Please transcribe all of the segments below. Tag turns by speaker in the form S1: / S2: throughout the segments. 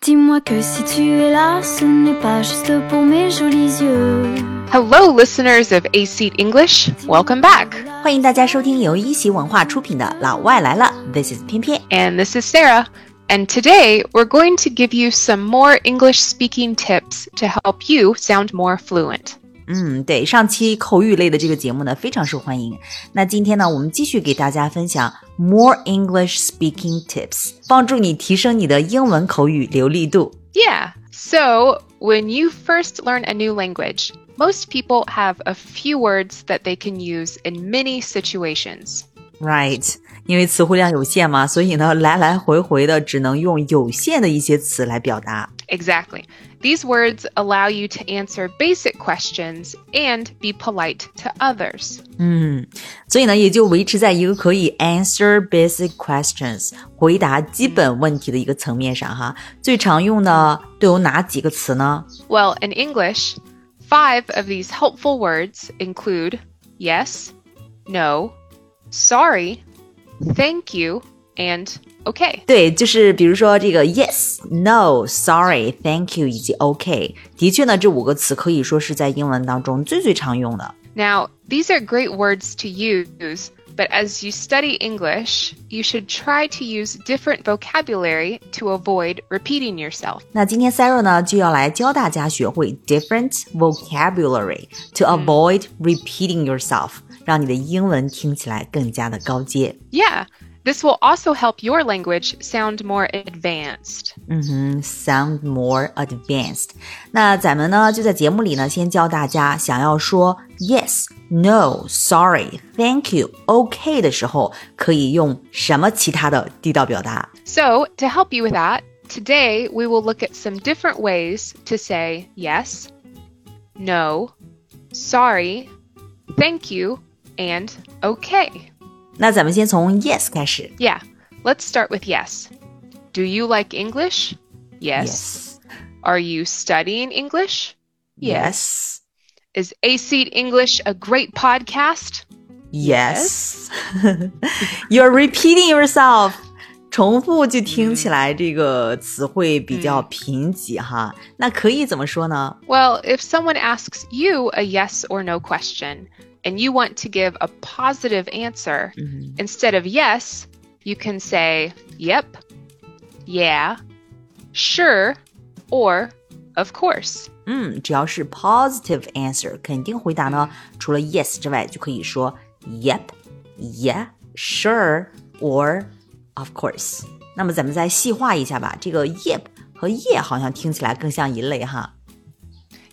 S1: Dis-moi que si tu es là, ce n'est pas juste pour mes jolis yeux.
S2: Hello, listeners of A Seat English. Welcome back.
S3: 欢迎大家收听由一席文化出品的《老外来了》，This is 偏偏。
S2: And this is Sarah. And today we're going to give you some more English speaking tips to help you sound more fluent.
S3: 嗯，对，上期口语类的这个节目呢非常受欢迎。那今天呢，我们继续给大家分享 more English speaking tips，帮助你提升你的英文口语流利度。
S2: Yeah. So, when you first learn a new language, most people have a few words that they can use in many situations.
S3: Right，因为词汇量有限嘛，所以呢，来来回回的只能用有限的一些词来表达。
S2: Exactly. These words allow you to answer basic questions and be polite to others.
S3: 嗯，所以呢，也就维持在一个可以 answer basic questions 回答基本问题的一个层面上哈。最常用的都有哪几个词呢
S2: Well, in English, five of these helpful words include yes, no, sorry, thank you, and okay.
S3: 对，就是比如说这个 yes、no、sorry、thank you 以及 OK，的确呢，这五个词可以说是在英文当中最最常用的。
S2: Now, these are great words to use, but as you study English, you should try to use different vocabulary to avoid repeating yourself.
S3: 那今天 Sarah 呢就要来教大家学会 different vocabulary to avoid repeating yourself，让你的英文听起来更加的高阶。
S2: Yeah, this will also help your language sound more advanced.
S3: 嗯哼，sound more advanced。那咱们呢就在节目里呢先教大家，想要说 yes、no、sorry、thank you、OK 的时候，可以用什么其他的地道表达？
S2: So, to help you with that, today we will look at some different ways to say yes, no, sorry, thank you, and okay.
S3: 那咱们先从 yes 开始。
S2: Yeah, let's start with yes. Do you like English? Yes. Are you studying English?
S3: Yes.
S2: Is AC English a great podcast?
S3: Yes. You're repeating yourself. 重复就听起来这个词汇比较贫瘠哈。那可以怎么说呢？
S2: Well, if someone asks you a yes or no question and you want to give a positive answer,
S3: 嗯
S2: instead of yes, you can say yep, yeah, sure, or of course.
S3: 嗯，只要是 positive answer 肯定回答呢，除了 yes 之外，就可以说 yep、yeah、sure or of course。那么咱们再细化一下吧，这个 yep 和 yeah 好像听起来更像一类哈。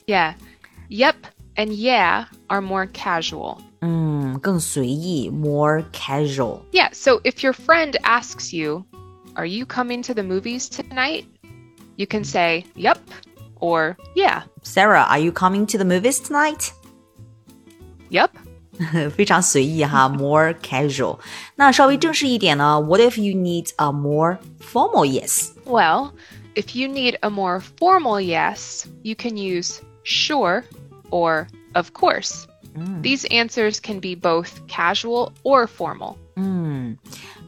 S2: Yeah. Yep and yeah are more casual.
S3: 嗯，更随意，more casual。
S2: Yeah, so if your friend asks you, Are you coming to the movies tonight? You can say, Yep, or Yeah,
S3: Sarah, are you coming to the movies tonight?
S2: Yep.
S3: 非常随意哈，more casual。那稍微正式一点呢？What if you need a more formal yes？
S2: Well, if you need a more formal yes, you can use Sure or Of course. These answers can be both casual or formal.
S3: 嗯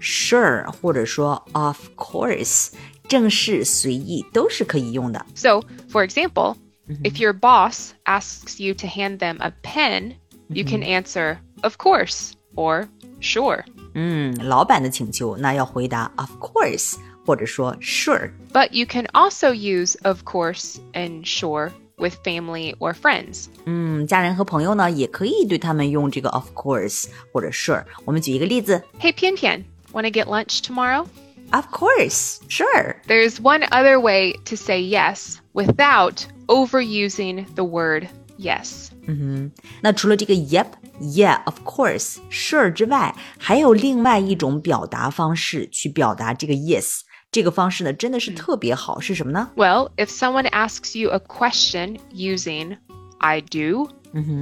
S3: ，sure，或者说 of course，正式、随意都是可以用的。
S2: So, for example, if your boss asks you to hand them a pen, you can answer, Of course, or Sure.
S3: 嗯，老板的请求，那要回答 of course，或者说 sure。
S2: But you can also use of course and sure with family or friends.
S3: 嗯，家人和朋友呢，也可以对他们用这个 of course 或者 sure。我们举一个例子
S2: Hey Pian Pian, want to get lunch tomorrow?
S3: ，of course，sure。
S2: There's one other way to say yes without overusing the word yes.
S3: 那除了这个 yep、yeah、of course、sure 之外，还有另外一种表达方式去表达这个 yes。这个方式呢，真的是特别好，是什么呢？
S2: Well, if someone asks you a question using I do,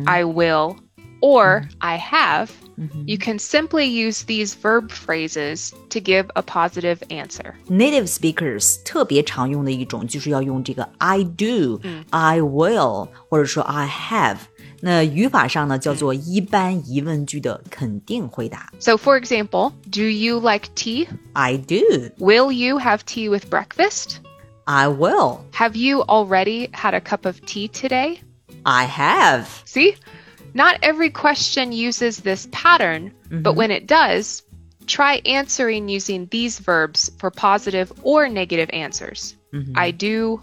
S2: I will, or I have, you can simply use these verb phrases to give a positive answer.
S3: Native speakers 特别常用的一种，就是要用这个 I do、I will 或者说 I have。那语法上呢，叫做一般疑问句的肯定回答
S2: So, for example, do you like tea?
S3: ，I do。
S2: Will you have tea with breakfast?
S3: I will.
S2: Have you already had a cup of tea today?
S3: I have.
S2: See? Not every question uses this pattern, but when it does, try answering using these verbs for positive or negative answers. I do,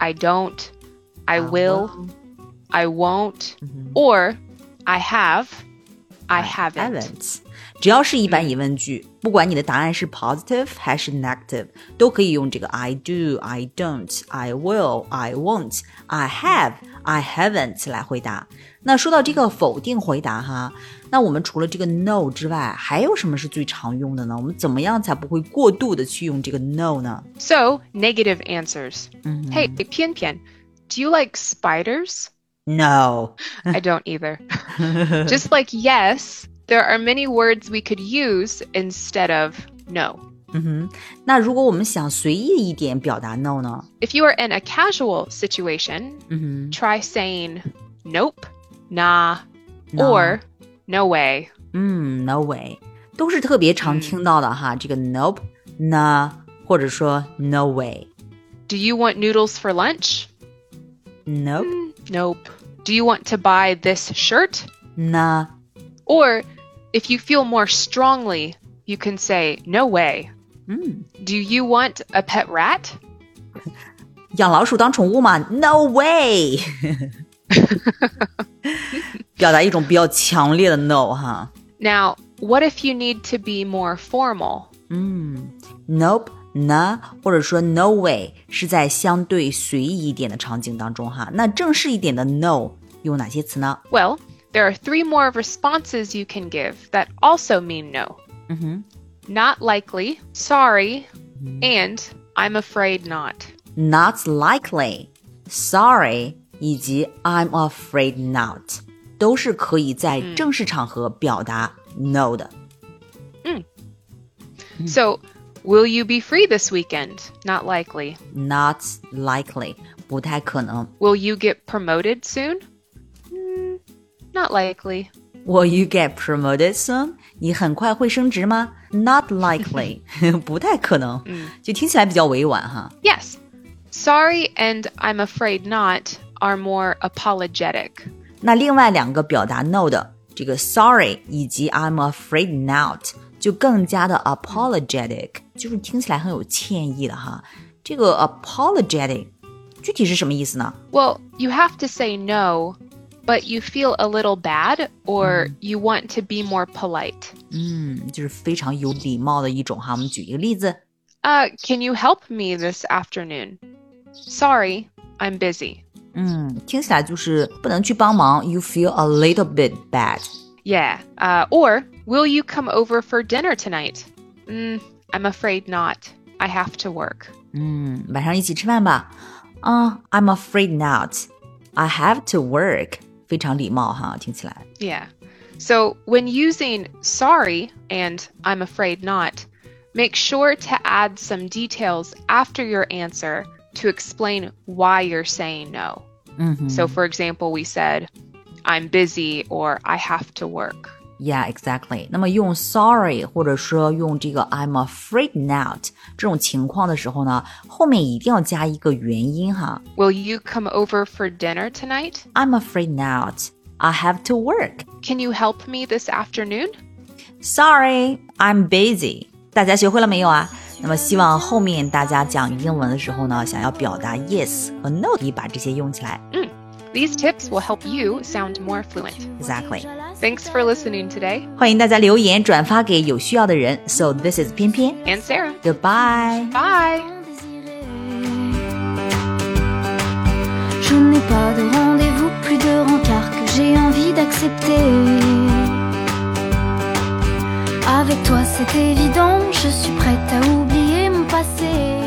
S2: I don't, Mm-hmm. I will, I won't, or I have, I haven't.
S3: haven't. 只要是一般疑问句，不管你的答案是 positive 还是 negative，都可以用这个 I do、I don't、I will、I won't、I have、I haven't 来回答。那说到这个否定回答哈，那我们除了这个 no 之外，还有什么是最常用的呢？我们怎么样才不会过度的去用这个 no 呢？
S2: So, negative answers. Hey, Pian Pian, do you like spiders?
S3: No.
S2: I don't either. Just like yes, there are many words we could use instead of no.
S3: 嗯那如果我们想随意一点表达 no 呢？
S2: If you are in a casual situation,
S3: 嗯
S2: try saying nope, nah, or no way.
S3: 哼，嗯，no way，都是特别常听到的哈。这个 nope、nah，或者说 no way、
S2: Do you want noodles for lunch? 嗯 Mm,
S3: nope、
S2: Nope. Do you want to buy this shirt?
S3: nah、
S2: Or if you feel more strongly, you can say no way.
S3: 嗯
S2: Do you want a pet rat?
S3: 养老鼠当宠物嘛？No way，表达一种比较强烈的 no 哈。
S2: Now, what if you need to be more formal?
S3: 嗯 Nope。nah，或者说 no way，是在相对随意一点的场景当中哈。那正式一点的 no 用哪些词呢？
S2: Well, there are three more responses you can give that also mean no. Not likely, sorry, and I'm afraid not.
S3: not likely, sorry 以及 I'm afraid not 都是可以在正式场合表达 no 的。
S2: So, will you be free this weekend? Not likely.
S3: Not likely 不太可能。
S2: Will you get promoted soon? Mm, not likely.
S3: Will you get promoted soon？你很快会升职吗？Not likely 不太可能。就听起来比较委婉哈。
S2: Yes. Sorry and I'm afraid not are more apologetic.
S3: 那另外两个表达 no 的这个 sorry 以及 I'm afraid not 就更加的 apologetic，就是听起来很有歉意的哈。这个 apologetic 具体是什么意思呢？
S2: Well, you have to say no, but you feel a little bad or you want to be more polite.
S3: 嗯，就是非常有礼貌的一种哈。我们举一个例子
S2: Uh, can you help me this afternoon? Sorry, I'm busy.
S3: 嗯，听起来就是不能去帮忙，you feel a little bit bad。
S2: Yeah. Uh, or will you come over for dinner tonight? Mm, I'm afraid not. I have to work.
S3: 嗯，晚上一起吃饭吧。啊、i m afraid not. I have to work. 非常礼貌哈，听起来。
S2: Yeah. So when using sorry and I'm afraid not, make sure to add some details after your answer to explain why you're saying no.
S3: 嗯哼。
S2: So, for example, we said, I'm busy or I have to work.
S3: Yeah, exactly. 那么用 sorry 或者说用这个 I'm afraid not 这种情况的时候呢，后面一定要加一个元音哈。
S2: Will you come over for dinner tonight?
S3: I'm afraid not. I have to work.
S2: Can you help me this afternoon?
S3: Sorry, I'm busy. 大家学会了没有啊？那么希望后面大家讲英文的时候呢，想要表达 yes 和 no，你把这些用起来。
S2: These tips will help you sound more fluent.
S3: Exactly.
S2: Thanks for listening today.
S3: 欢迎大家留言转发给有需要的人。So this is 偏偏
S2: And Sarah,
S3: Goodbye.
S2: bye.
S1: Je n'ai pas de rendez-vous, plus de rencard que j'ai envie d'accepter. Avec toi, c'est évident, je suis prête à oublier mon passé.